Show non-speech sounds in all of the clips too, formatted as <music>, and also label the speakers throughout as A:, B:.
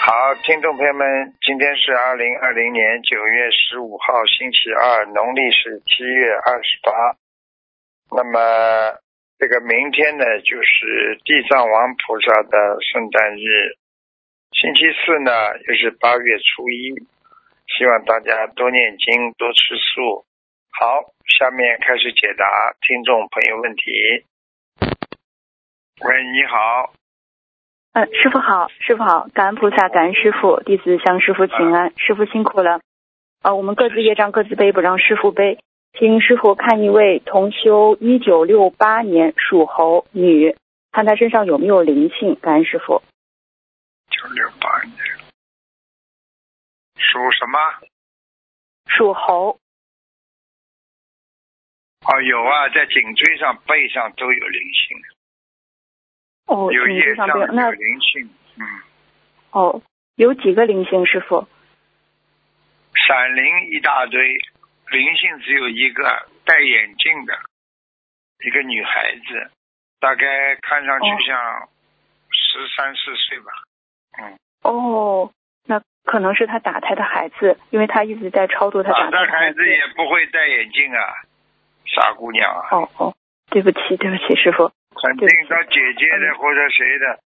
A: 好，听众朋友们，今天是二零二零年九月十五号，星期二，农历是七月二十八。那么这个明天呢，就是地藏王菩萨的圣诞日，星期四呢又是八月初一，希望大家多念经，多吃素。好，下面开始解答听众朋友问题。喂，你好，
B: 呃，师傅好，师傅好，感恩菩萨，感恩师傅，弟子向师傅请
A: 啊
B: 安，师傅辛苦了。呃，我们各自业障各自背，不让师傅背。请师傅看一位同修，一九六八年属猴女，看她身上有没有灵性。感恩师傅，
A: 九六八年，属什么？
B: 属猴，
A: 哦，有啊，在颈椎上、背上都有灵性，
B: 哦，
A: 有
B: 颈
A: 业
B: 椎
A: 障，
B: 上病，
A: 有
B: 那
A: 灵性，嗯，
B: 哦，有几个灵性？师傅，
A: 闪灵一大堆，灵性只有一个，戴眼镜的，一个女孩子，大概看上
B: 哦
A: 去像十三四岁吧，嗯，
B: 哦，那可能是他打胎的孩子，因为他一直在超度他打
A: 长
B: 胎
A: 大
B: 的
A: 孩
B: 孩
A: 子也不会戴眼镜啊，傻姑娘啊，
B: 哦哦，对不起，对不起，师傅。
A: 肯定
B: 对不起
A: 她姐姐的
B: 嗯
A: 或者谁的，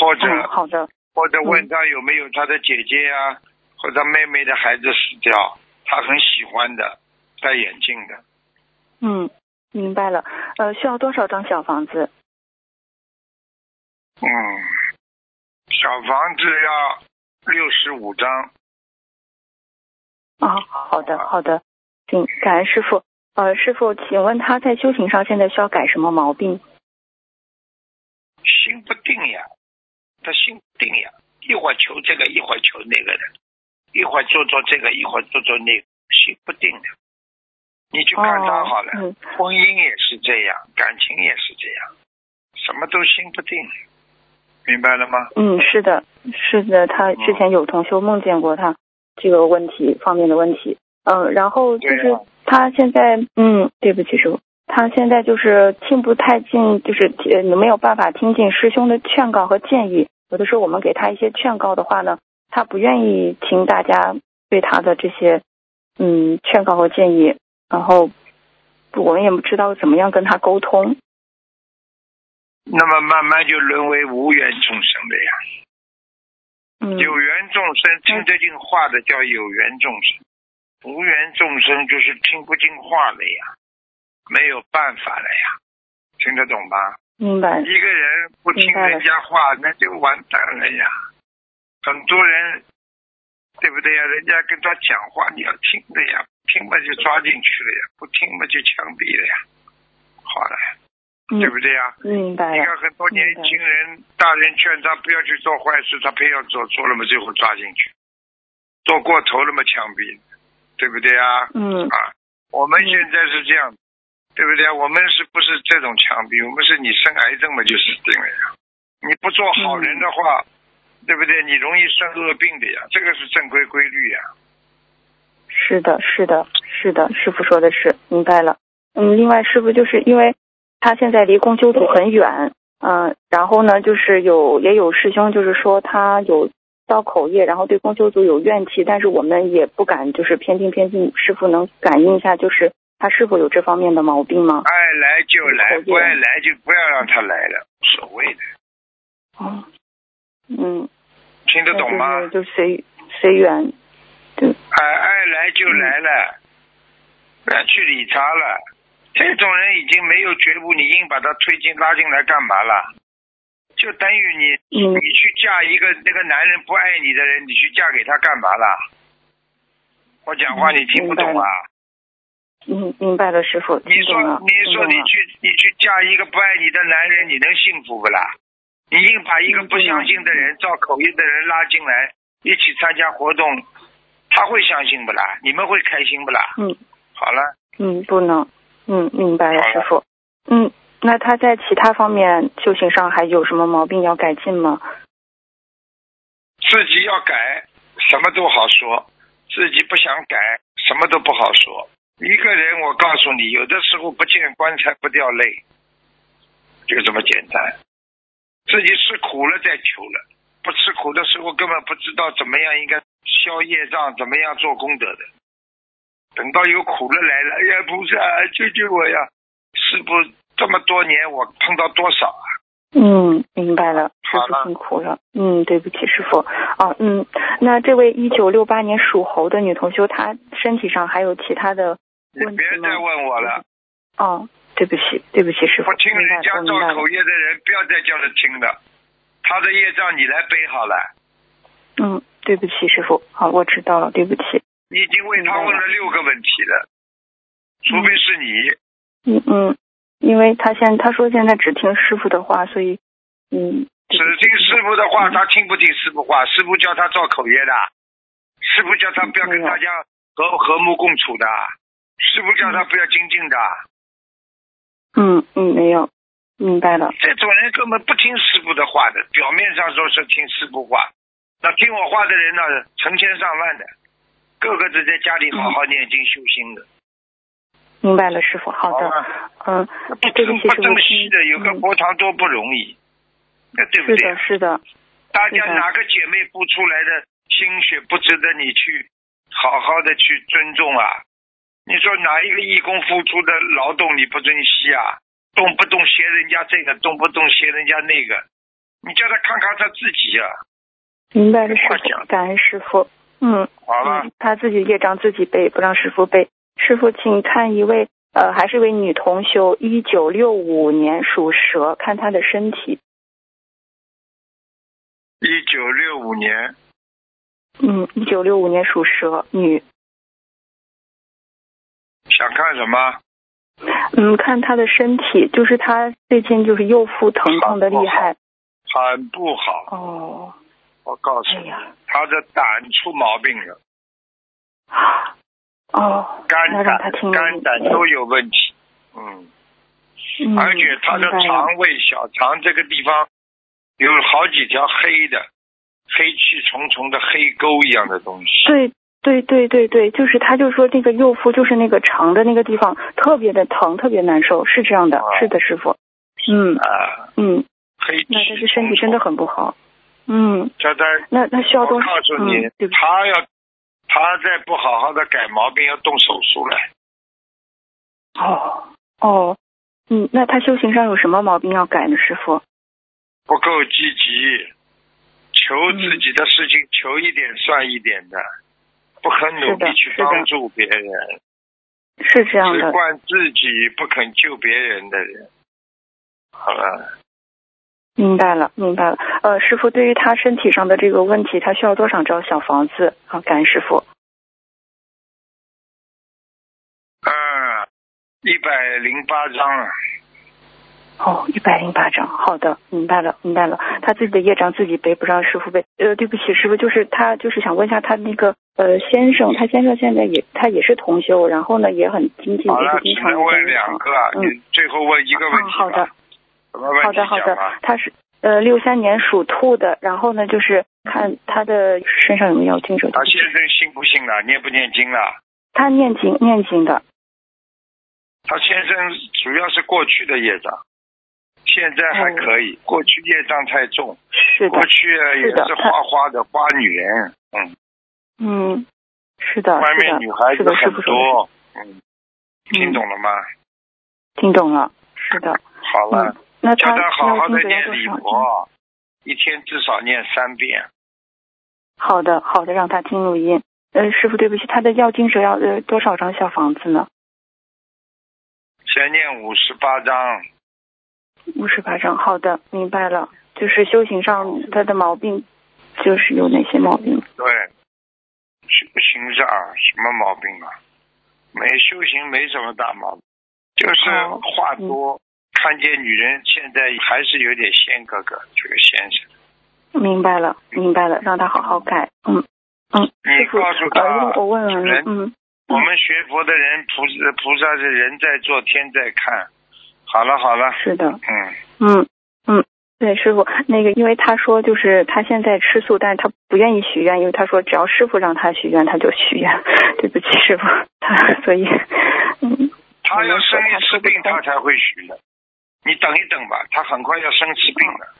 A: 或者、
B: 嗯，好的。
A: 或者问他有没有他的姐姐呀、或者妹妹的孩子死掉，他很喜欢的，戴眼镜的，
B: 嗯，明白了。呃，需要多少张小房子？
A: 嗯，小房子要六十五张，
B: 啊，好的，好的。行，感恩师傅。呃，师傅，请问他在修行上现在需要改什么毛病？
A: 心不定呀，他心不定呀，一会儿求这个，一会儿求那个的，一会儿做做这个，一会儿做做那个，心不定的。你去看他好了，
B: 哦、嗯，
A: 婚姻也是这样，感情也是这样，什么都心不定，明白了吗？
B: 嗯，是的，是的，他之
A: 哦
B: 前有同修梦见过他这个问题方面的问题。嗯、然后就
A: 对
B: 是
A: 啊
B: 他现在，嗯，对不起，师傅，他现在就是听不太进，就是呃没有办法听进师兄的劝告和建议。有的时候我们给他一些劝告的话呢，他不愿意听大家对他的这些嗯劝告和建议，然后我们也不知道怎么样跟他沟通。
A: 那么慢慢就沦为无缘众生的呀。
B: 嗯，
A: 有缘众生听得进话的叫有缘众生，无缘众生就是听不进话的呀，没有办法了呀，听得懂吧？
B: 明白。
A: 一个人不听人家话，那就完蛋了呀。很多人，对不对呀？人家跟他讲话，你要听的呀，听嘛就抓进去了呀，不听嘛就枪毙了呀。好了，
B: 嗯
A: 对，不对呀？
B: 明白
A: 你
B: 了。
A: 看很多年轻人，大人劝他不要去做坏事，他偏要做，做了嘛，最后抓进去，做过头了嘛，枪毙，对不对啊？
B: 嗯。
A: 啊，我们现在是这样，对不对啊？我们是不是这种枪毙？我们是你生癌症嘛，就死定了呀。你不做好人的话，对不对？你容易生恶病的呀，这个是正规规律呀。
B: 是的，是的，是的，师傅说的是，明白了。嗯，另外师傅就是因为他现在离公修组很远，嗯、然后呢，就是有也有师兄就是说他有造口业，然后对公修组有怨气，但是我们也不敢就是偏听偏信，师傅能感应一下，就是他是否有这方面的毛病吗？
A: 爱来就来，
B: 口
A: 不
B: 业
A: 爱来就不要让他来了，无所谓的，
B: 哦，嗯，
A: 听得懂吗？
B: 那就是就随随缘，对，
A: 爱哎爱来就
B: 嗯
A: 来了，不要去理他了。这种人已经没有觉悟，你硬把他推进拉进来干嘛啦？就等于你
B: 嗯
A: 你去嫁一个那个男人不爱你的人，你去嫁给他干嘛啦？我讲话你听不懂
B: 明白
A: 啊
B: 了？嗯，明白了，师傅，
A: 你
B: 听
A: 说
B: 懂了，
A: 你
B: 听
A: 说
B: 懂
A: 你
B: 了，
A: 去你去嫁一个不爱你的男人，你能幸福不啦？你硬把一个不相信的人、造口音的人拉进来一起参加活动，他会相信不啦？你们会开心不啦？
B: 嗯。
A: 好了，
B: 嗯，不能。嗯，明白了，
A: 好
B: 师
A: 了
B: 傅。嗯，那他在其他方面修行上还有什么毛病要改进吗？
A: 自己要改，什么都好说；自己不想改，什么都不好说。一个人，我告诉你，有的时候不见棺材不掉泪，就这么简单。自己吃苦了再求了，不吃苦的时候，根本不知道怎么样应该消业障，怎么样做功德的。等到有苦了来了，哎呀，菩萨救救我呀！师傅这么多年，我碰到多少啊？
B: 嗯，明白了，师
A: 好了
B: 傅辛苦了。嗯，对不起，师傅。哦，嗯，那这位一九六八年属猴的女同修，她身体上还有其他的
A: 你
B: 问题
A: 别再
B: 吗？
A: 问我了，
B: 哦，对不起，对不起，师傅。
A: 不听
B: 明白
A: 人家
B: 了，明白
A: 造
B: 了
A: 口。业的人，不要再叫他听了。他的业障你来背好了，
B: 嗯，对不起，师傅。好，我知道了，对不起。
A: 你已经为他问了六个问题了，除非是你。
B: 嗯嗯，因为他现他说现在只听师傅的话，所以嗯，
A: 只听师傅的话，
B: 嗯
A: 他听不进师傅话。师傅教他造口业的，师傅教他不要跟大家和和睦共处的，师傅教他不要精进的。
B: 嗯嗯没有，明白了，
A: 这种人根本不听师傅的话的，表面上说是听师傅话，那听我话的人呢，成千上万的，个个都在家里好好念经修心的。
B: 明白了，师傅，好的，
A: 吧
B: 嗯，
A: 不
B: 对不
A: 珍
B: 起，
A: 不
B: 师傅
A: 珍，惜的，有个
B: 嗯
A: 佛堂多不容易，那对不
B: 是
A: 对
B: 的，？是的，
A: 大家
B: 是的
A: 哪个姐妹付出来的心血不值得你去好好的去尊重啊？你说哪一个义工付出的劳动你不珍惜啊？动不动嫌人家这个，动不动嫌人家那个，你叫他看看他自己啊，
B: 明白了，师
A: 夸奖
B: 傅，感恩师傅，嗯，
A: 好吧？
B: 嗯，他自己业障自己背，不让师傅背。师傅，请看一位呃，还是一位女同修，一九六五年属蛇，看她的身体，
A: 一九六五年，
B: 嗯，一九六五年属蛇，女，
A: 想看什么？
B: 嗯，看他的身体，就是他最近就是右腹疼痛的厉害。
A: 很不好，
B: 哦，
A: 我告诉
B: 哎
A: 你，
B: 呀，
A: 他的胆出毛病了，
B: 啊哦，
A: 肝
B: 那让他
A: 胆
B: 听了
A: 肝
B: 你
A: 胆都有问题，嗯。
B: 嗯，
A: 而且他的
B: 明白了
A: 肠胃、小肠这个地方有好几条黑的、黑气重重的黑沟一样的东西。
B: 对对对对对，就是他就说这个右腹就是那个肠的那个地方特别的疼，特别难受，是这样的，
A: 哦
B: 是的，师傅。嗯
A: 啊，
B: 嗯，
A: 黑气重
B: 那
A: 重。
B: 他这身体真的很不好。嗯，
A: 叫他，
B: 那那需要
A: 我
B: 多少？
A: 告诉你
B: 嗯，对，不起
A: 他要他再不好好的改毛病，要动手术了。
B: 哦哦，嗯，那他修行上有什么毛病要改呢，师傅？
A: 不够积极，求
B: 嗯
A: 自己的事情、求一点算一点的，不肯努
B: 是的
A: 力去
B: 是的
A: 帮助别人，
B: 是这样
A: 只
B: 的，
A: 管自己不肯救别人的人。好了。
B: 明白了，明白了。呃，师傅，对于他身体上的这个问题，他需要多少张小房子？好，感恩师傅。
A: 嗯，一百零八章啊，
B: 哦，一百零八张。好的，明白了，明白了。他自己的业障自己背，不让师傅背。呃，对不起，师傅，就是他，就是想问一下他那个呃先生，他先生现在也他也是同修，然后呢也很精进，
A: 好
B: 也
A: 了
B: 是，经
A: 只
B: 常
A: 能问两个啊，
B: 嗯
A: 你最后问一个问
B: 嗯，
A: 题
B: 好的
A: 吧，，什么问
B: 好
A: 题
B: 的，好
A: 讲啊
B: 的
A: 吧。。
B: 他是呃六三年属兔的，然后呢就是看他的身上有没有经者。
A: 他先生信不信了？念不念经啊了？
B: 他念经念经的，
A: 他先生主要是过去的业障，现在还可以，过去业障太重，
B: 哦是的
A: 过。去啊也
B: 是的
A: 是花花的花女人，嗯，
B: 嗯，是的，
A: 外
B: 是
A: 面
B: 的，
A: 女孩
B: 是
A: 子
B: 的，师
A: 很
B: 傅说的
A: 多，嗯，听懂了吗？
B: 是，听懂了，是的，
A: 好了
B: 嗯，，那
A: 叫
B: 他
A: 他好好
B: 要
A: 的
B: 经者要
A: 念
B: 多
A: 礼
B: 少张？
A: 佛，一天至少念三遍。
B: 好的，好的，让他听录音。呃，师傅，对不起，他的要经者要呃多少张小房子呢？
A: 先念五十八章，
B: 五十八张。好的，明白了。就是修行上他的毛病，就是有哪些毛病？
A: 对，修行上什么毛病啊？没修行没什么大毛病，就是
B: 哦
A: 话多，看见女人现在还是有点仙哥哥这个先生。
B: 明白了，明白了，让他好好改。嗯嗯，
A: 你
B: 师傅，
A: 哎告诉
B: 呃，因为
A: 他，
B: 我问完了
A: 人，
B: 嗯
A: 我们学佛的人，菩萨菩萨是人在做天在看。好了好了，
B: 是的，
A: 嗯，
B: 嗯，嗯，对，师傅，那个，因为他说就是他现在吃素，但是他不愿意许愿，因为他说只要师傅让他许愿，他就许愿。 <laughs> 对不起，师傅，他所以，嗯，
A: 他要生一次病，
B: 我们说他说不通
A: 他才会许的。你等一等吧，他很快要生次病了。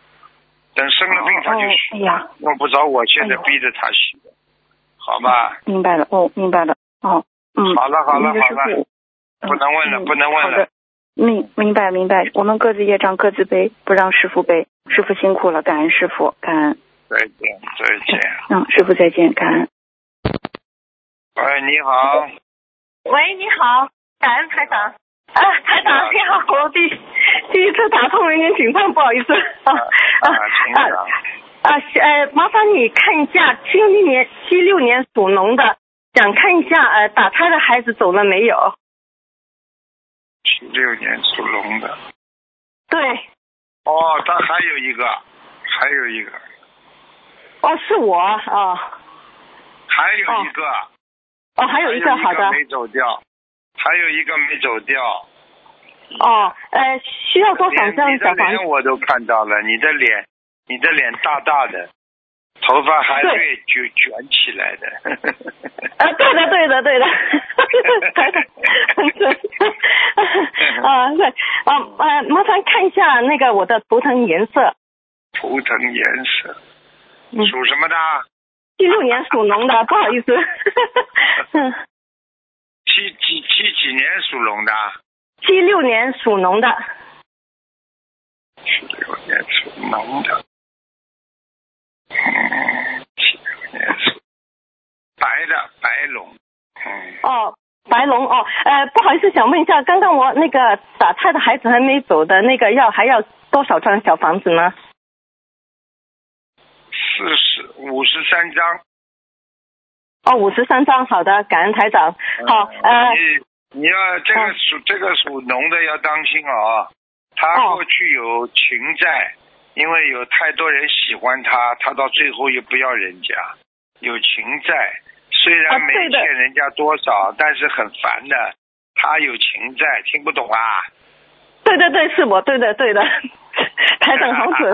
A: 等生了病他就
C: 哦哎
A: 许，
C: 呀，
A: 用不着我现在
C: 哎呦
A: 逼着他许，好吧？
C: 明白了，哦，明白了，哦，嗯，
A: 好了好了
C: 那个
A: 好
C: 师
A: 了，
C: 傅，嗯
A: 不能问了
C: 嗯
A: 不能问了
C: 好的，明明白明白，我们各自业障各自背，不让师傅背，师傅辛苦了，感恩师傅，感恩，
A: 再见再见。
C: 嗯，师傅再见，感恩。
A: 喂，哎你好，
B: 喂，你好，感恩台长。啊，台
A: 啊
B: 长你好，我第第一次打通人间情况，不好意思。啊
A: 啊，请
B: 啊
A: 讲。
B: 啊！呃，麻烦你看一下七零年七六年属龙的，想看一下呃打胎的孩子走了没有？
A: 七六年属龙的，
B: 对，
A: 哦，他还有一个，还有一个，
B: 哦，是我哦
A: 还有一个，
B: 哦，还有一个好的
A: 没走掉，还有一个没走掉。
B: 哦，呃，需要多少
A: 连
B: 张
A: 你的
B: 小房
A: 脸
B: 子？
A: 我都看到了，你的脸，你的脸大大的，头发还
B: 对
A: 略卷卷起来的。
B: 呃，对的，对的，对的，台长，对，啊，对，啊啊，麻烦看一下那个我的图腾颜色，
A: 图腾颜色，
B: 嗯，
A: 属什么的？
B: 七六年属龙的，不好意思，嗯，
A: 七几七几年属龙的？
B: 七六年属龙的，
A: 七六年属龙的。嗯，七六年属白的白龙。嗯，
B: 哦，白龙，哦，呃，不好意思，想问一下，刚刚我那个打胎的孩子还没走的那个要还要多少张小房子呢？
A: 四十五十三张。
B: 哦，五十三张，好的，感恩台长，
A: 嗯
B: 好，呃，
A: 你你要这个
B: 嗯
A: 属、这个属农的要当心啊，他
B: 哦
A: 过去有情债，因为有太多人喜欢他，他到最后又不要人家，有情债。虽然
B: 啊
A: 没
B: 对的
A: 欠人家多少，但是很烦的。他有情债，听不懂啊？
B: 对对对，是我，对的对的， <laughs> 台长好
A: <laughs>
B: 准，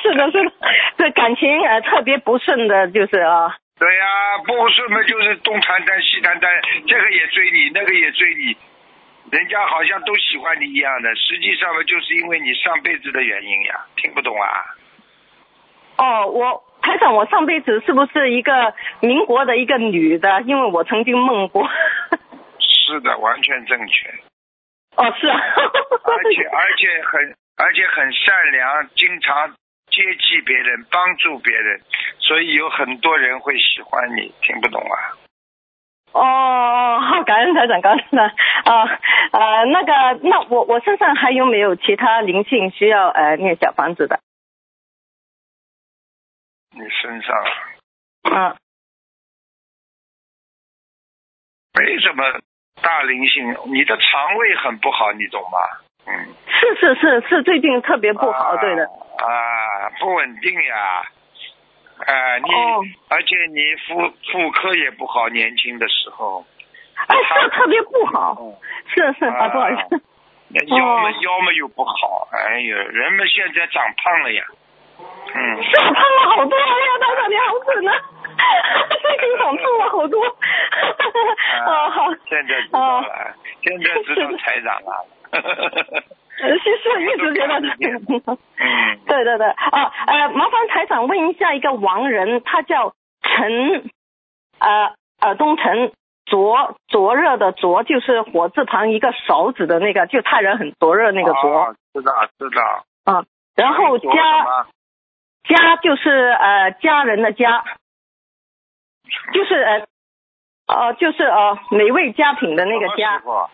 B: 是的是的，这感情呃特别不顺的，就是啊，
A: 对呀、不是嘛，就是东谈谈西谈谈，这个也追你，那个也追你，人家好像都喜欢你一样的，实际上嘛，就是因为你上辈子的原因呀，听不懂啊？
B: 哦，我台长，我上辈子是不是一个民国的一个女的？因为我曾经梦过， <laughs>
A: 是的，完全正确，
B: 哦是啊，
A: 而且而且很而且很善良，经常接济别人，帮助别人，所以有很多人会喜欢你，听不懂啊？
B: <laughs> 哦，好，感恩台长，感恩台长啊呃，那个，那我我身上还有没有其他灵性需要呃念小房子的？
A: 你身上
B: 嗯，
A: 没什么大灵性，你的肠胃很不好，你懂吗？嗯。
B: 是是是是，最近特别不好，对的。
A: 啊，不稳定呀，啊，你、
B: 哦
A: 而且你妇妇科也不好，年轻的时候，
B: 哎，是特别不好，
A: 嗯
B: 是是啊，不好意思，
A: 那腰嘛、
B: 哦
A: 腰嘛又不好，哎呦，人们现在长胖了呀，嗯，
B: 是我胖了好多，哎呀，大嫂你好准啊， <laughs> 最近长胖了好多， <laughs> 哦好，
A: 啊现在知道
B: 哦
A: 了，，现在知道
B: 是的
A: 台长了， <laughs>
B: 呃是是一直觉得是，
A: 嗯，
B: <laughs> 对对对，啊呃，麻烦台长问一下一个亡人，他叫陈，呃呃东陈。灼灼热的灼就是火字旁一个勺子的那个，就太人很灼热那个灼，
A: 哦，知道知道，
B: 然后
A: 左什
B: 加
A: 么
B: 家就是呃家人的家，就是呃呃就是呃美味佳品的那个
A: 什么时
B: 家。
A: 候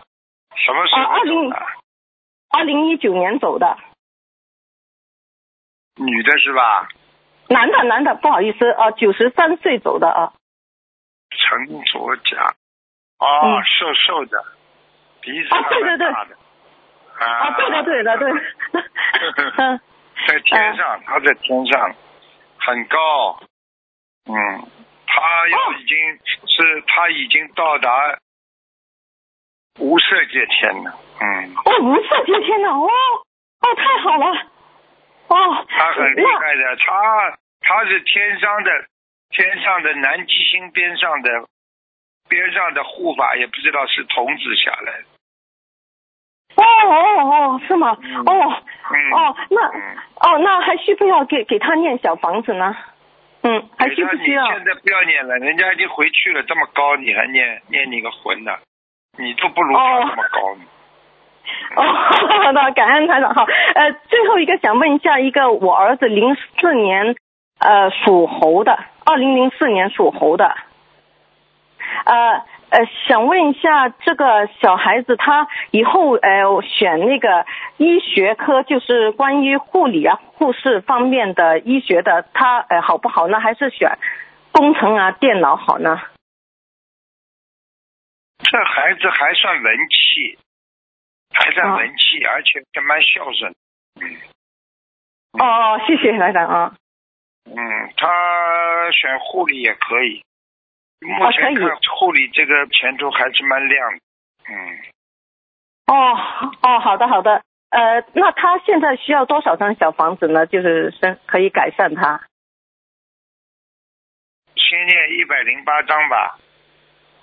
A: 什么时候
B: 啊二零
A: 走的
B: 二零一九年走的，
A: 女的是吧？
B: 男的男的，不好意思啊，九十三岁走的啊。
A: 陈卓佳，哦，
B: 嗯
A: 瘦瘦的，鼻子
B: 啊
A: 还
B: 对
A: 蛮
B: 对对
A: 大的，
B: 啊，对的对的对 <laughs> 的。嗯，
A: 在天上，他在天上，很高，嗯，他要
B: 哦
A: 已经、是他已经到达无色界天了，嗯，
B: 哦，无色界天呐，哦哦，太好了，哦，
A: 他很厉
B: 那
A: 害的，他他是天上的天上的南极星边上的边上的护法，也不知道是童子下来的。
B: 哦哦哦，是吗？哦
A: 嗯
B: 哦，那
A: 嗯，
B: 哦那还需不要给给他念小房子呢？嗯，还需不需要
A: 你？现在不要念了，人家已经回去了，这么高你还念念你个魂呢？你都不如他
B: 哦
A: 这么高呢。
B: <laughs> 哦，好的，感恩台长好。呃，最后一个想问一下，一个我儿子零四年呃属猴的，二零零四年属猴的，呃呃，想问一下这个小孩子他以后呃选那个医学科，就是关于护理啊、护士方面的医学的，他呃好不好呢？还是选工程啊、电脑好呢？
A: 这孩子还算文气，还算文气，而且还蛮孝顺的。嗯
B: 哦，谢谢台长啊。
A: 嗯，他选护理也可以，目
B: 哦可
A: 前
B: 以
A: 看护理这个前途还是蛮亮的。嗯，
B: 哦哦，好的好的，呃，那他现在需要多少张小房子呢？就是生可以改善他。
A: 先念一百零八章吧。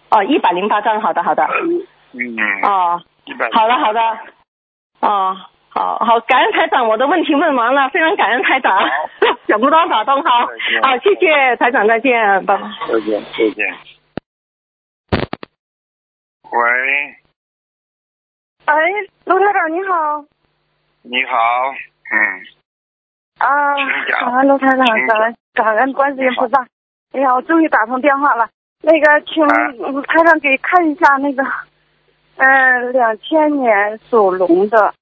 B: 哦，一百零八张，好的好的，
A: 嗯，
B: 哦，
A: 一百
B: 好的好的，哦，好好，感恩台长，我的问题问完了，非常感恩台长
A: 好，
B: <laughs> 想不到打动好
A: 再见，
B: 好，谢谢台长，再见，拜拜。
A: 再见，再见。喂，
D: 哎，卢台长你好
A: 你好，嗯，
B: 哦
D: 啊
A: 请讲！
D: 感恩卢台长
A: 请，讲
D: 感恩感恩观世音菩萨。哎呀，我终于打通电话了。那个，请
A: 哎
D: 嗯台长给看一下那个，嗯，两千年属龙的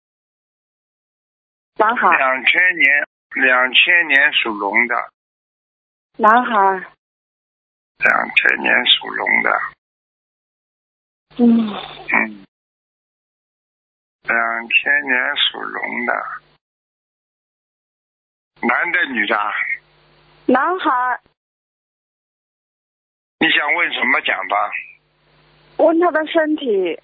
D: 男孩，
A: 两千年，两千年属龙的，
D: 男孩，
A: 两千年属龙的，
D: 嗯，
A: 嗯，两千年属龙的，男的女的啊，
D: 男孩，
A: 你想问什么讲吧？
D: 问他的身体，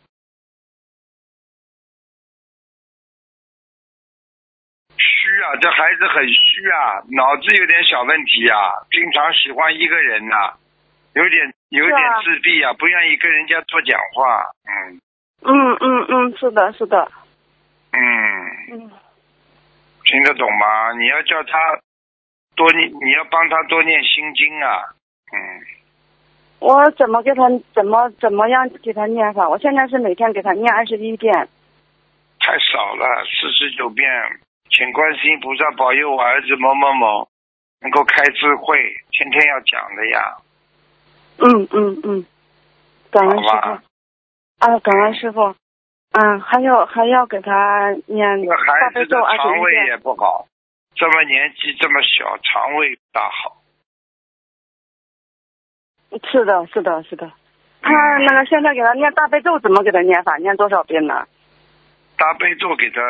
A: 虚啊，这孩子很虚啊，脑子有点小问题啊，经常喜欢一个人呐、有点有点
D: 是啊
A: 自闭啊，不愿意跟人家多讲话。嗯
D: 嗯嗯嗯，是的，是的，
A: 嗯，
D: 嗯，
A: 听得懂吗？你要叫他多念，你要帮他多念心经啊。嗯，
D: 我怎么给他怎么怎么样给他念法？我现在是每天给他念二十一遍。
A: 太少了，四十九遍，请观世音菩萨保佑我儿子某某某能够开智慧，天天要讲的呀。
D: 嗯嗯嗯，感恩师
A: 好吧
D: 傅。啊，感恩师傅。嗯，还要还要给他念
A: 这个
D: 大
A: 孩
D: 悲
A: 子
D: 咒啊
A: 的
D: 二十
A: 肠
D: 一
A: 胃
D: 遍。
A: 也不好，这么年纪这么小，肠胃不大好。
D: 是的，是的，是的。他
A: 嗯
D: 那个现在给他念大悲咒，怎么给他念法？念多少遍呢？
A: 大悲咒给他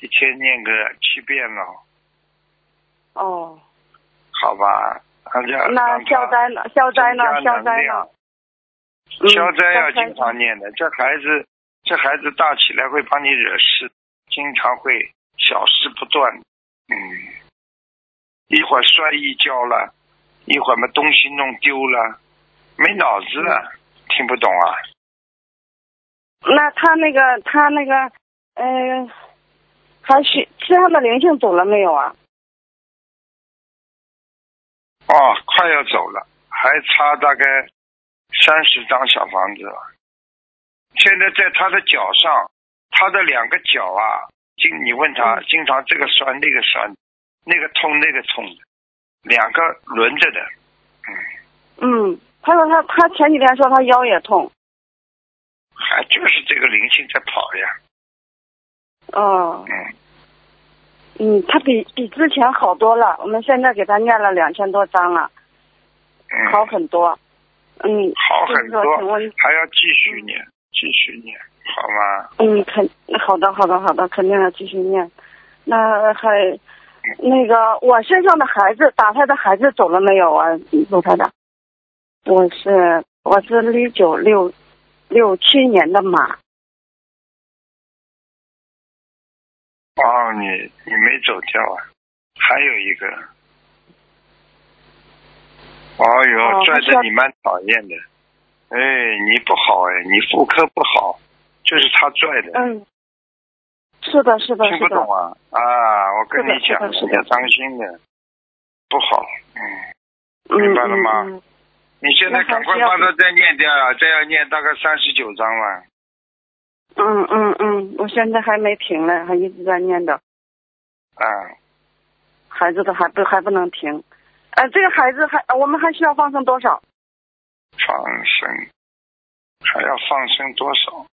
A: 一天念个七遍了，
D: 哦，
A: 好吧？而且
D: 那消灾呢？消灾呢？消灾呢？嗯
A: 消灾要
D: 消灾
A: 经常念的。这孩子，这孩子大起来会帮你惹事，经常会小事不断。嗯，一会儿摔一跤了，一会儿嘛东西弄丢了，没脑子了，听不懂啊？
D: 那他那个他那个，嗯、还是身上的灵性走了没有啊？
A: 哦，快要走了，还差大概三十张小房子了。现在在他的脚上，他的两个脚啊，经你问
D: 嗯
A: 他，经常这个酸那个酸，那个痛那个痛的，两个轮着的。嗯，
D: 嗯，他说他他前几天说他腰也痛。
A: 还就是这个灵性在跑呀。
D: 哦。
A: 嗯，
D: 嗯，他比比之前好多了。我们现在给他念了两千多章了，
A: 嗯
D: 好很多。嗯，
A: 好
D: 就是
A: 很
D: 说，请
A: 多，
D: 问，
A: 还要继续念，继续念，好吗？
D: 嗯，肯好的，好的，好的，肯定要继续念。那还那个，我身上的孩子，打胎的孩子走了没有啊，卢台长？我是我是一九六六七年的马，
A: 哦，你你没走掉啊，还有一个，哦
D: 哦
A: 哟，拽
D: 还需要
A: 的你蛮讨厌的，哎，你不好哎，你妇科不好，就是他拽的，
B: 嗯，是的，是的，
A: 听不
B: 是的
A: 懂，啊啊！我跟你讲，
B: 是的是
A: 你
B: 的
A: 要当心的，不好。嗯，
B: 嗯
A: 明白了吗
B: 嗯嗯
A: 你现在
B: 那还
A: 赶快
B: 是要
A: 帮他再念掉啊，再要念大概三十九章了。
B: 嗯嗯嗯，我现在还没停呢，还一直在念的，
A: 啊，
B: 孩子的还不还不能停。呃，这个孩子还我们还需要放生多少？
A: 放生还要放生多少？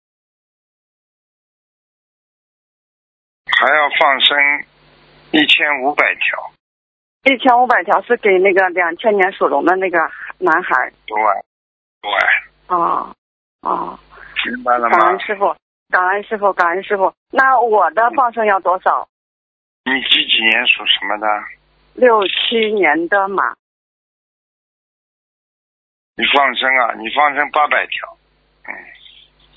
A: 还要放生一千五百条，
B: 一千五百条是给那个两千年属龙的那个男孩
A: 对对，
B: 啊啊，
A: 明白了
B: 感
A: 吗
B: 恩？师傅，感恩师傅，感恩师傅。那我的放生要多少？
A: 你几几年属什么的？
B: 六七年的马，
A: 你放生啊，你放生八百条。嗯，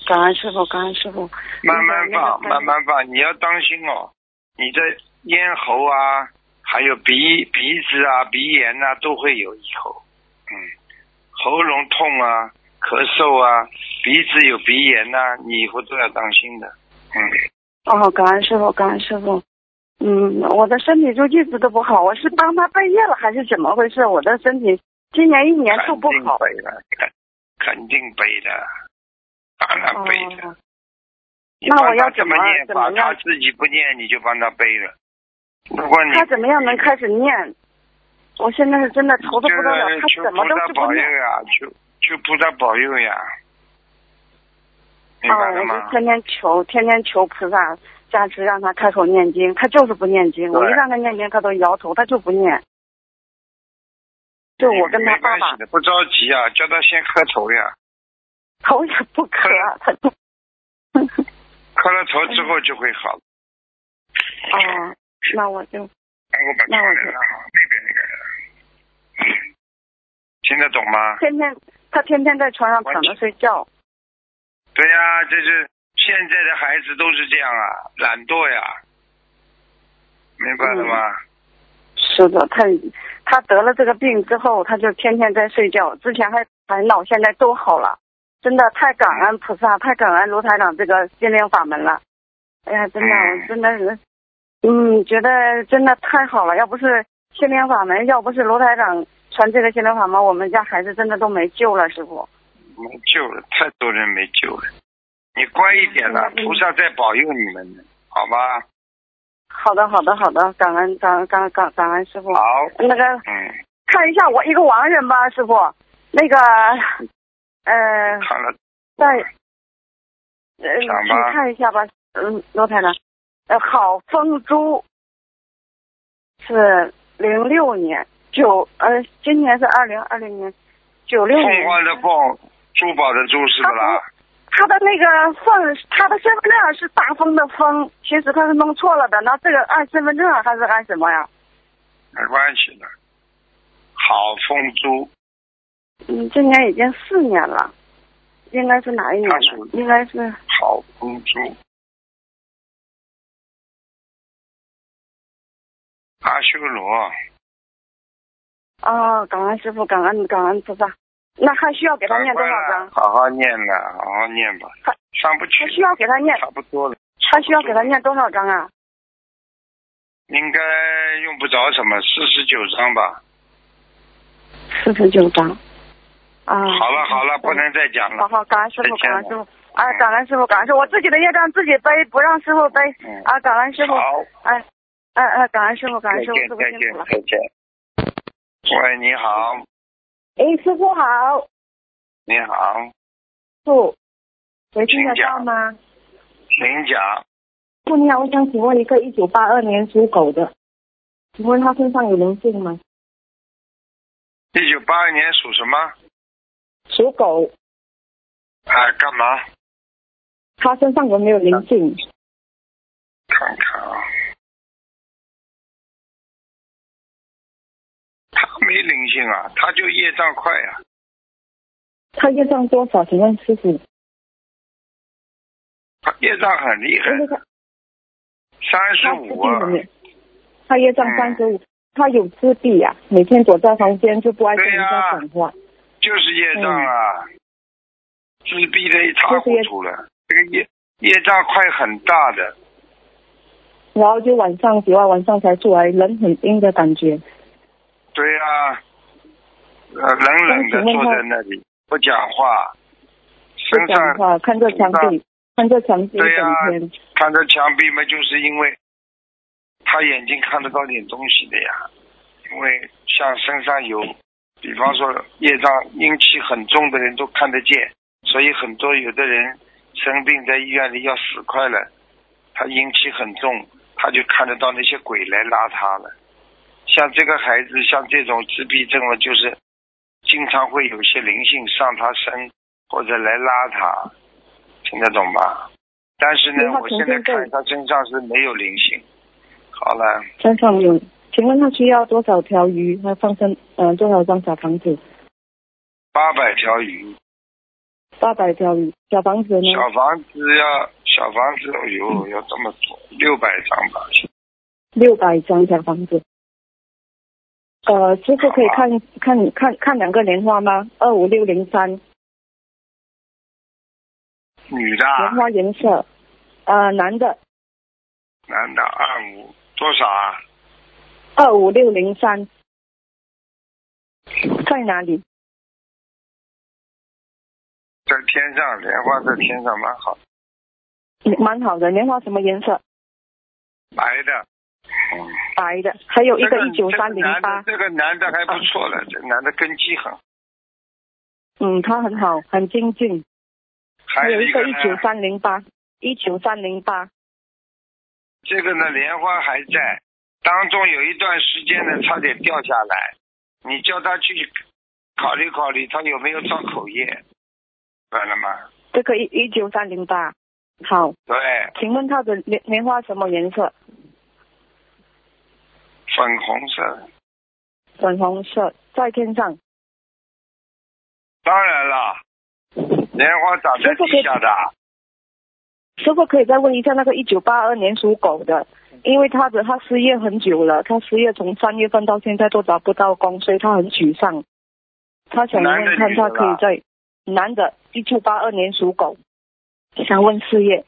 B: 感恩师傅，感恩师傅。
A: 慢慢
B: 那个
A: 放，慢。慢放，你要当心哦，你的咽喉啊，还有鼻鼻子啊、鼻炎呐、都会有以后，嗯，喉咙痛啊、咳嗽啊，鼻子有鼻炎呐、你以后都要当心的，嗯，
B: 那个哦，感恩师傅，感恩师傅。嗯，我的身体就一直都不好，我是帮他背业了还是怎么回事？我的身体今年一年都
A: 肯
B: 不
A: 定
B: 好。
A: 背的，肯肯定背的，当然背的。
B: 哦
A: 你
B: 那
A: 帮
B: 我
A: 他
B: 要
A: 这
B: 怎么
A: 念
B: 怎么
A: 法，他
B: 样
A: 自己不念，你就帮他背了。如果你
B: 他怎么样能开始念？我现在是真的愁的不得了，
A: 就是
B: 他
A: 求
B: 怎么
A: 菩
B: 都
A: 萨
B: 是不
A: 保
B: 念
A: 佑。呀，求求菩萨保佑呀，明
B: 啊，
A: 白了
B: 我
A: 吗
B: 就？天天求，天天求菩萨加持，让他开口念经，他就是不念经。我一
A: 对
B: 让他念经，他都摇头，他就不念。就我跟他
A: 没
B: 爸
A: 关
B: 爸
A: 系的，不着急啊，叫他先磕头呀，
B: 头也不磕，他
A: <laughs>
B: 就
A: 磕了头之后就会好。
B: 啊，那我就
A: 我把
B: 那我
A: 人了，那边那个人，听得懂吗？
B: 天天他天天在床上躺着睡觉。
A: 对呀、这是现在的孩子都是这样啊，懒惰呀，明白了吗？
B: 嗯是的，他他得了这个病之后，他就天天在睡觉，之前还烦恼，现在都好了。真的太感恩菩萨，太感恩卢台长这个心灵法门了。哎呀，真的，
A: 嗯
B: 我真的是，嗯，觉得真的太好了。要不是心灵法门，要不是卢台长传这个心灵法门，我们家孩子真的都没救了，师傅。
A: 没救了，太多人没救了。你乖一点了，
B: 嗯
A: 菩萨在保佑你们呢，好吧？
B: 好的，好的，好的，感恩，感恩，感恩，感恩感恩师傅。
A: 好，
B: 那个
A: 嗯，
B: 看一下我一个亡人吧，师傅。那个，呃，
A: 嗯看了，
B: 在，呃，
A: 讲吧
B: 你看一下吧，嗯，罗台长，呃，郝风珠是零六年九，呃，今年是二零二零年九六
A: 凤
B: 年，
A: 凰的凤，珠宝的珠是不啦？
B: 他的那个凤，他的身份证是大风的风，其实他是弄错了的，那这个按身份证还是按什么呀？嗯
A: 没关系的。好，凤珠，
B: 嗯，今年已经四年了，应该是哪一年
A: 他属
B: 呢？应该是
A: 好凤珠。阿修罗，
B: 哦，感恩师傅，感恩感恩菩萨。那还需要给他
A: 赶
B: 念多
A: 快
B: 少
A: 了
B: 章？
A: 好好念了，好好念吧
B: 他。
A: 上不去
B: 还，需要给他念，
A: 差不多了。
B: 还需要给他念多少章啊？
A: 应该用不着什么，四十九章吧。
B: 四十九章。啊。
A: 好了好了，不能再讲
B: 好
A: 了。
B: 好，感恩师
A: 再
B: 傅，
A: 见
B: 感
A: 了
B: 恩师傅。哎，感恩师傅，感恩师傅，我自己的业障自己背，不让师傅背。
A: 嗯，
B: 啊，感恩师傅，
A: 好，
B: 哎，哎哎，感恩师傅，感
A: 再
B: 恩师
A: 见
B: 傅，师傅
A: 再
B: 辛
A: 见
B: 苦了。
A: 再见。喂，你好，
D: 哎，师傅好，
A: 你好，
D: 傅，喂，
A: 请
D: 听得
A: 讲
D: 到吗？
A: 请讲。
D: 傅你好，我想请问一个一九八二年属狗的，请问他身上有灵性吗？
A: 一九八二年属什么？
D: 属狗，
A: 啊，干嘛？
D: 他身上有没有灵性？
A: 看看啊，他没灵性啊，他就业障快啊，
D: 他业障多少？请问师傅？
A: 他业障很厉害，
D: 因为
B: 嗯
D: 他
A: 三十
D: 他自
A: 五
D: 闭
A: 啊
D: 很，严，他业障
A: 嗯
D: 三十五，他有自闭啊，每天躲在房间就不爱跟
A: 对
D: 人
A: 呀
D: 家讲话。
B: 嗯
A: 就是业障啊，自闭的一塌糊涂了。这个业业障块很大的，
D: 然后就晚上喜欢晚上才出来，人很阴的感觉。
A: 对呀、呃，冷冷的
D: 那请问
A: 坐
D: 他
A: 在那里不讲话，
D: 不
A: 身
D: 讲
A: 上
D: 话，看着墙壁，看着墙壁一
A: 对呀
D: 整天。
A: 看着墙壁嘛，就是因为他眼睛看得到点东西的呀，因为像身上有，比方说业障阴气很重的人都看得见，所以很多有的人生病在医院里要死快了，他阴气很重，他就看得到那些鬼来拉他了。像这个孩子，像这种自闭症了，就是经常会有些灵性上他身或者来拉他，听得懂吧？但是呢
D: 对，他
A: 我
D: 曾
A: 现在
D: 经
A: 看
D: 被
A: 他身上是没有灵性。好了，
D: 身上有，请问他需要多少条鱼？他放生，呃，多少张小房子？
A: 八百条鱼，
D: 八百条鱼。小房子呢？
A: 小房子要小房子，哎
D: 嗯
A: 呦，要这么多，六百张吧。
D: 六百张小房子。呃，师傅可以看看看看两个莲花吗？二五六零三，
A: 女的啊，
D: 莲花颜色，呃，男的，
A: 男的，二五多少啊？
D: 二五六零三，在哪里？
A: 在天上，莲花在天上蛮好，
D: 蛮好的，莲花什么颜色？
A: 白的。
D: 白的，还有一
A: 这
D: 个一九三
A: 这
D: 零
A: 个男的
D: 八，
A: 这个男的还不错了，这男的根基很好。
D: 嗯，他很好，很精进。
A: 还
D: 还有一个
A: 个
D: 一
A: 呢，
D: 九三零八，一九三零八，
A: 这个呢，莲花还在，当中有一段时间呢，差点掉下来。你叫他去考虑考虑，他有没有造口业，明白了吗？
D: 这个一一九三零八，好，
A: 对，
D: 请问他的莲莲花什么颜色？
A: 粉红色。
D: 粉红色，在天上。
A: 当然了，莲花长在地下的，
D: 师傅可以再问一下那个一九八二年属狗的，
A: 嗯
D: 因为他的他失业很久了，他失业从三月份到现在都找不到工，所以他很沮丧。他想
A: 男的
D: 问看
A: 女的
D: 他可以
A: 啦
D: 在男的，一九八二年属狗，想问事业。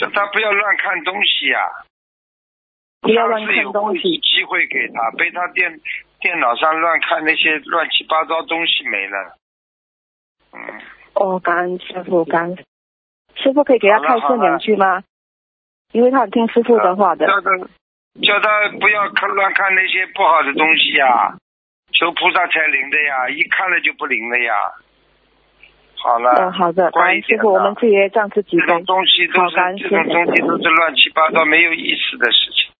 A: 叫他不要乱看东西呀、
D: 不要乱
A: 上次
D: 看
A: 有
D: 东
A: 过一
D: 西
A: 次。机会给他，被他电电脑上乱看那些乱七八糟东西没了。嗯，
D: 哦，感恩师傅，感恩师傅可以给他
A: 好了
D: 开
A: 好
D: 圣
A: 了
D: 两句吗？因为他很听师傅的话的。
A: 叫他叫他不要看乱看那些不好的东西呀，求菩萨才灵的呀，一看了就不灵了呀。好了，
D: 哦，好的，感
A: 乖一
D: 恩师
A: 点
D: 傅，我们
A: 的
D: 自己也这样自己
A: 这种
D: 背。
A: 东西都
D: 好
A: 是
D: 感恩
A: 这
D: 师
A: 种
D: 傅
A: 东西都是乱七八糟没有意思的事情。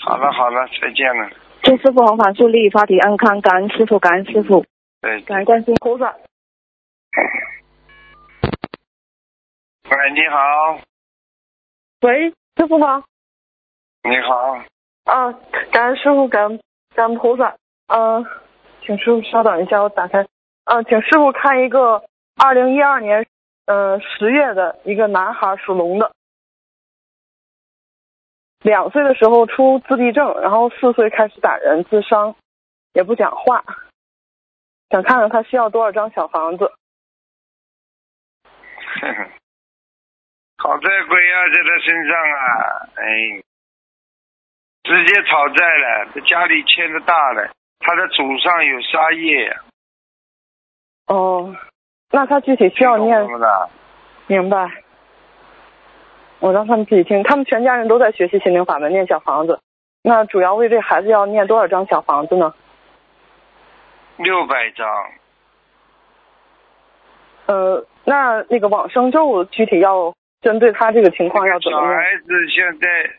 A: 好了好了，再见了，
D: 祝师傅红法顺利，法体安康，感恩师傅，感恩师傅，
A: 再见。
D: 感恩观世音菩萨。
A: 喂，你好，
E: 喂，师傅吗？
A: 你好，
E: 啊，感恩师傅，感恩感恩菩萨。嗯、请师傅稍等一下，我打开。嗯、请师傅看一个二零一二年呃十月的一个男孩，属龙的，两岁的时候出自闭症，然后四岁开始打人自伤，也不讲话。想看看他需要多少张小房子？
A: 呵呵讨债鬼啊，在他身上啊，哎，直接讨债了，这家里欠的大了，他的祖上有杀业，
E: 哦，那他具体需要念
A: 什么的？
E: 明白。我让他们自己听，他们全家人都在学习心灵法门，念小房子。那主要为这孩子要念多少张小房子呢？
A: 六百张，
E: 呃，那那个往生咒具体要针对他这个情况要怎
A: 小
E: 么念？
A: 孩子现在，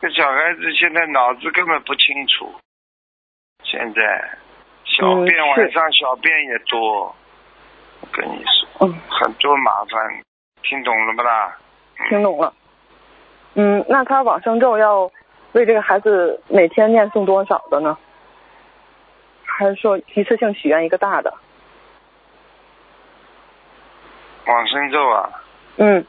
A: 这小孩子现在脑子根本不清楚，现在小
E: 嗯
A: 便、
E: 是
A: 晚上小便也多，我跟你说，
E: 嗯，
A: 很多麻烦，听懂了不啦？
E: 听懂了。嗯，那他往生咒要为这个孩子每天念诵多少的呢？还是说一次性许愿一个大的？
A: 往生咒啊，
E: 嗯，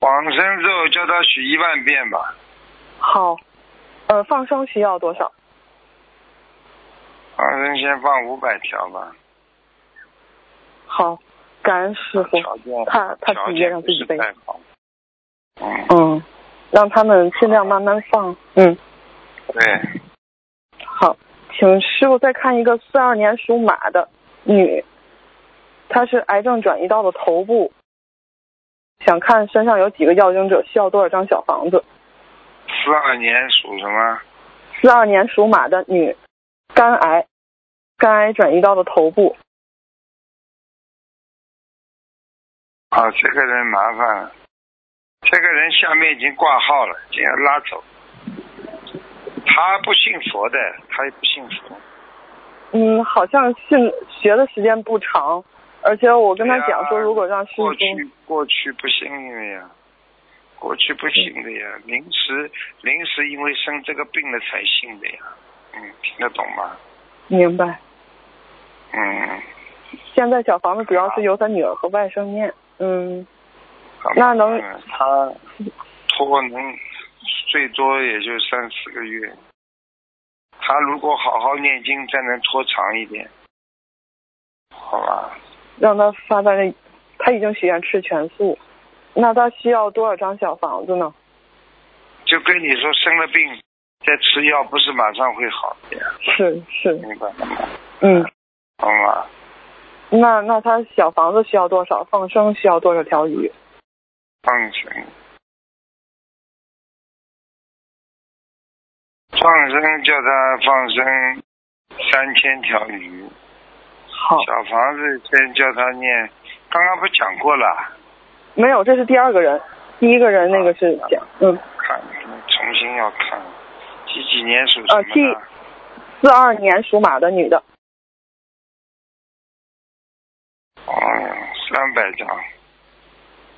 A: 往生咒叫他许一万遍吧。
E: 好。呃，放生需要多少？
A: 放生先放五百条吧，
E: 好，感恩师傅，
A: 条件
E: 他他
A: 条
E: 自己也
A: 件
E: 让
A: 不
E: 自己
A: 是
E: 背，
A: 太好。嗯，
E: 嗯，让他们尽量慢慢放，嗯，
A: 对，
E: 好，请师傅再看一个四二年属马的女，她是癌症转移到了头部，想看身上有几个药经者，需要多少张小房子？
A: 四二年属什么？
E: 四二年属马的女，肝癌，肝癌转移到了头部，
A: 啊，这个人麻烦了，这个人下面已经挂号了，已经要拉走。他不信佛的，他也不信佛。
E: 嗯，好像信学的时间不长，而且我跟他讲说，
A: 对啊
E: 如果让师傅
A: 过，去过去不信的呀，过去不信的呀，临时临时因为生这个病了才信的呀。嗯，听得懂吗？
E: 明白。
A: 嗯，
E: 现在小房子主要
A: 哎
E: 是由他女儿和外甥念，嗯，
A: 好吧
E: 那能
A: 嗯他拖能最多也就三四个月。他如果好好念经，再能拖长一点，好吧？
E: 让他发在那，他已经许愿吃全素，那他需要多少张小房子呢？
A: 就跟你说生了病，再吃药不是马上会好的呀，
E: 是是，
A: 明白了吗？
E: 嗯，
A: 好吗？
E: 那那他小房子需要多少？放生需要多少条鱼？
A: 放生，放生叫他放生三千条鱼，
E: 好，
A: 小房子先叫他念，刚刚不讲过了，
E: 没有，这是第二个人，第一个人那个是讲，嗯，
A: 看重新要看，几几年属什么
E: 啊第
A: 的？
E: 四二年属马的女的，
A: 哦，三百张，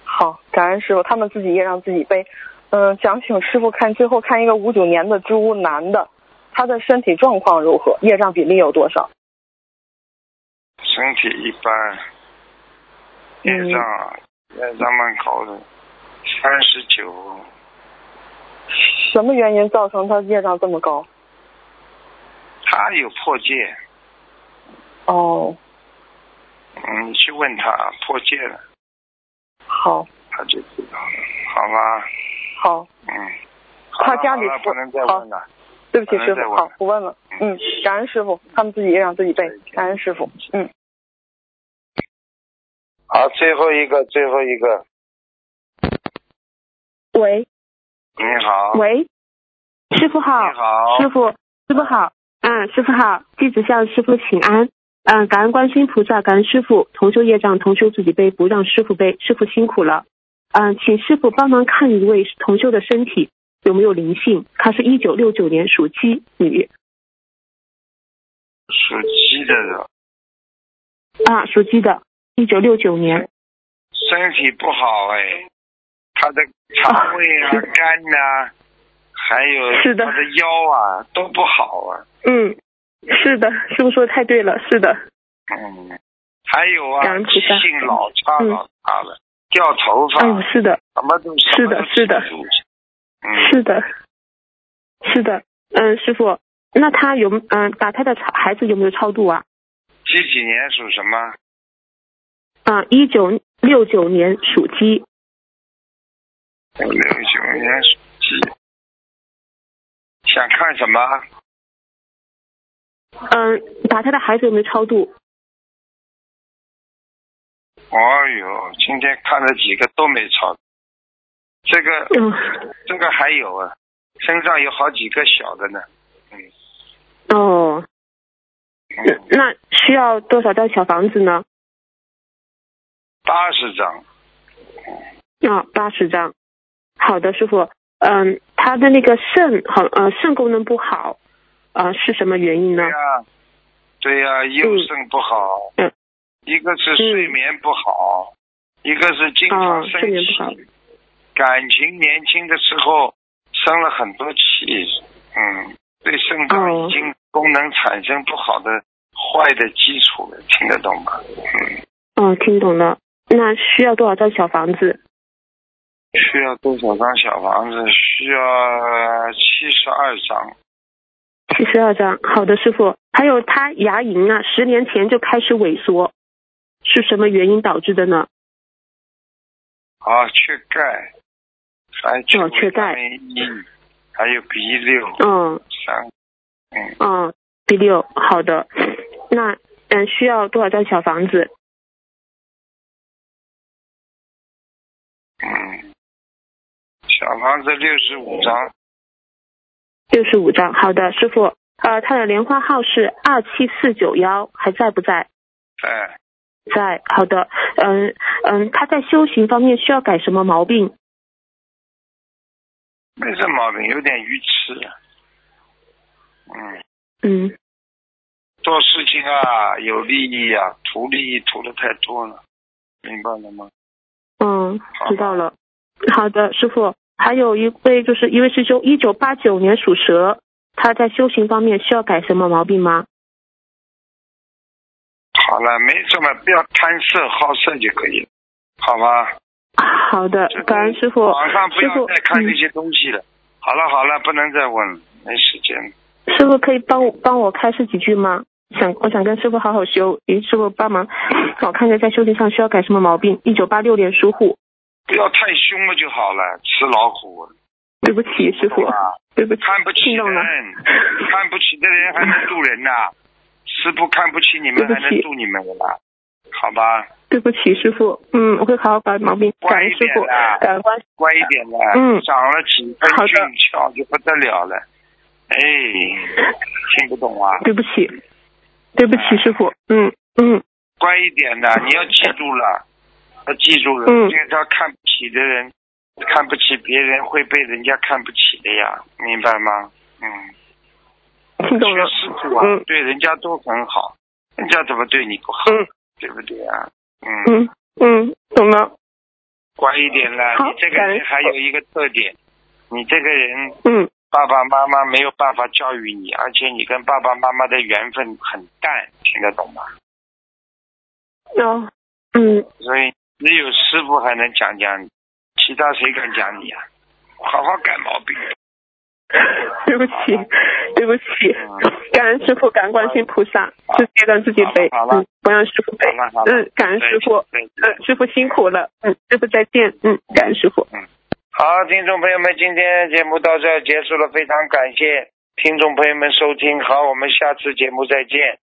E: 好，感恩师傅，他们自己也让自己背。嗯，想请师傅看最后看一个五九年的猪男的，他的身体状况如何？业障比例有多少？
A: 身体一般，业
E: 嗯
A: 障啊业障蛮高的，三十九，
E: 什么原因造成他业障这么高？
A: 他有破戒，
E: 哦，
A: 嗯，你去问他破戒了。
E: 好，
A: 他就知道了，好吧？
E: 好，
A: 嗯。
E: 他家里
A: 好了
E: 是
A: 不能再问了，
E: 对不起，
A: 好
E: 师
A: 再
E: 傅，
A: 问
E: 好，不问了。嗯，感恩师傅，他们自己也让自己背
A: 再见，
E: 感恩师傅。嗯，
A: 好，最后一个，最后一个，
F: 喂
A: 你好，
F: 喂，师傅
E: 啊
F: 好，
A: 你好，
F: 师傅师傅好，嗯，师傅好，弟子向师傅请安，嗯，感恩观世音菩萨，感恩师傅，同修业障，同修自己背，不让师傅背，师傅辛苦了，嗯，请师傅帮忙看一位同修的身体有没有灵性，她是一九六九年属鸡女，
A: 属鸡的人，
F: 啊，属鸡的，一九六九年，
A: 身体不好哎，他的肠胃
F: <laughs>
A: 啊、
F: 啊是
A: 肝呐、还有
F: 是的
A: 他的腰啊都不好啊，
F: 嗯，是的，师傅说的太对了，是的，
A: 嗯，还有啊
F: 感，恩菩
A: 记
F: 萨
A: 性老差
F: 嗯
A: 老差了，掉头发，
F: 嗯，是的。
A: 什么都
F: 是的是的，
A: 什么都记不住嗯，
F: 是的，是的，嗯，师傅，那他有嗯打胎的孩孩子有没有超度啊？
A: 几几年属什么？
F: 啊、1一九六九年属鸡，
A: 六九年属鸡，想看什么？
F: 嗯，打胎的孩子有没有超度？
A: 哦呦，今天看了几个都没超，这个
F: 嗯，
A: 这个还有啊，身上有好几个小的呢。
F: 哦，那
A: 嗯，
F: 那需要多少张小房子呢？
A: 八十张，
F: 啊、8八十张。好的，师傅，嗯，他的那个肾好，呃，肾功能不好，呃，是什么原因呢
A: 对？呀、对呀、右肾不好，
F: 嗯
A: 一个是睡眠不好，一个是经
F: 啊、
A: 常生
F: 睡眠
A: 气
F: 不好。
A: 感情年轻的时候生了很多气，嗯，对肾脏
F: 哦
A: 已经功能产生不好的坏的基础了，听得懂吗？嗯，
F: 哦，听懂了。那需要多少张小房子？
A: 需要多少张小房子？需要七十二张，
F: 七十二张，好的，师傅。还有他牙龈啊，十年前就开始萎缩，是什么原因导致的呢？
A: 啊，缺钙，还缺
F: 哦缺钙
A: 维他命 E，还有 B 六
F: 嗯
A: 三，嗯，
F: 嗯，B 六，好的。那嗯，需要多少张小房子？
A: 嗯小房子六十五张，
F: 六十五张，好的，师傅。呃，他的莲花号是二七四九幺，还在不在？
A: 哎，
F: 在，好的。嗯嗯，他在修行方面需要改什么毛病？
A: 没什么毛病，有点愚痴，嗯，
F: 嗯
A: 做事情啊有利益啊，图利益图的太多了，明白了吗？
F: 嗯，知道了。好的，师傅。还有一位就是一位师兄，一九八九年属蛇，他在修行方面需要改什么毛病吗？
A: 好了，没什么，不要贪色好色就可以了，好吧？
F: 好的，感恩师傅。
A: 网上不
F: 师
A: 要
F: 傅，
A: 再看这
F: 嗯
A: 些东西了。好了好了，不能再问了，没时间了。
F: 师傅可以帮我帮我开示几句吗？想我想跟师傅好好修，您师傅帮忙，让我看一下在修行上需要改什么毛病。一九八六年属虎，
A: 不要太凶了就好了，吃老虎。
F: 对不起师傅
A: 懂吧，
F: 对不起，
A: 看不起
F: 听
A: 人
F: 到了，，
A: 看不起的人还能渡人呐、师傅看不起你们
F: 对不
A: 还
F: 起
A: 能渡你们的啦，好吧？
F: 对不起师傅，嗯，我会好好改毛病，
A: 乖
F: 感恩
A: 一
F: 师
A: 点
F: 傅，
A: 啦
F: 感恩关
A: 乖一点啦，
F: 嗯
A: 长了几分
F: 好的
A: 俊俏就不得了了。哎，听不懂啊？
F: 对不起，对不起师傅，嗯嗯
A: 乖一点的，你要记住了，要记住了，
F: 嗯
A: 因为他看不起的人，看不起别人会被人家看不起的呀，明白吗？嗯，
F: 听懂
A: 学
F: 了，
A: 师傅啊，
F: 嗯
A: 对人家都很好，人家怎么对你不好，
F: 嗯
A: 对不对啊？嗯，
F: 嗯嗯，懂了，
A: 乖一点啦，
F: 好
A: 你这个
F: 感恩
A: 人还有一个特点，你这个人
F: 嗯
A: 爸爸妈妈没有办法教育你，而且你跟爸爸妈妈的缘分很淡，听得懂吗？
F: 哦嗯
A: 所以只有师傅还能讲讲你，其他谁敢讲你啊？好好改毛病。
F: 对不起，对不起，感恩师傅，感恩观世音菩萨，自己让自己背，
A: 好了好了
F: 嗯，不让师傅背
A: 好了好，了
F: 嗯，感恩师傅，
A: 对对
F: 嗯，师傅辛苦了，嗯，师傅再见，嗯，感恩师傅。
A: 好，听众朋友们，今天节目到这儿结束了，非常感谢听众朋友们收听，好，我们下次节目再见。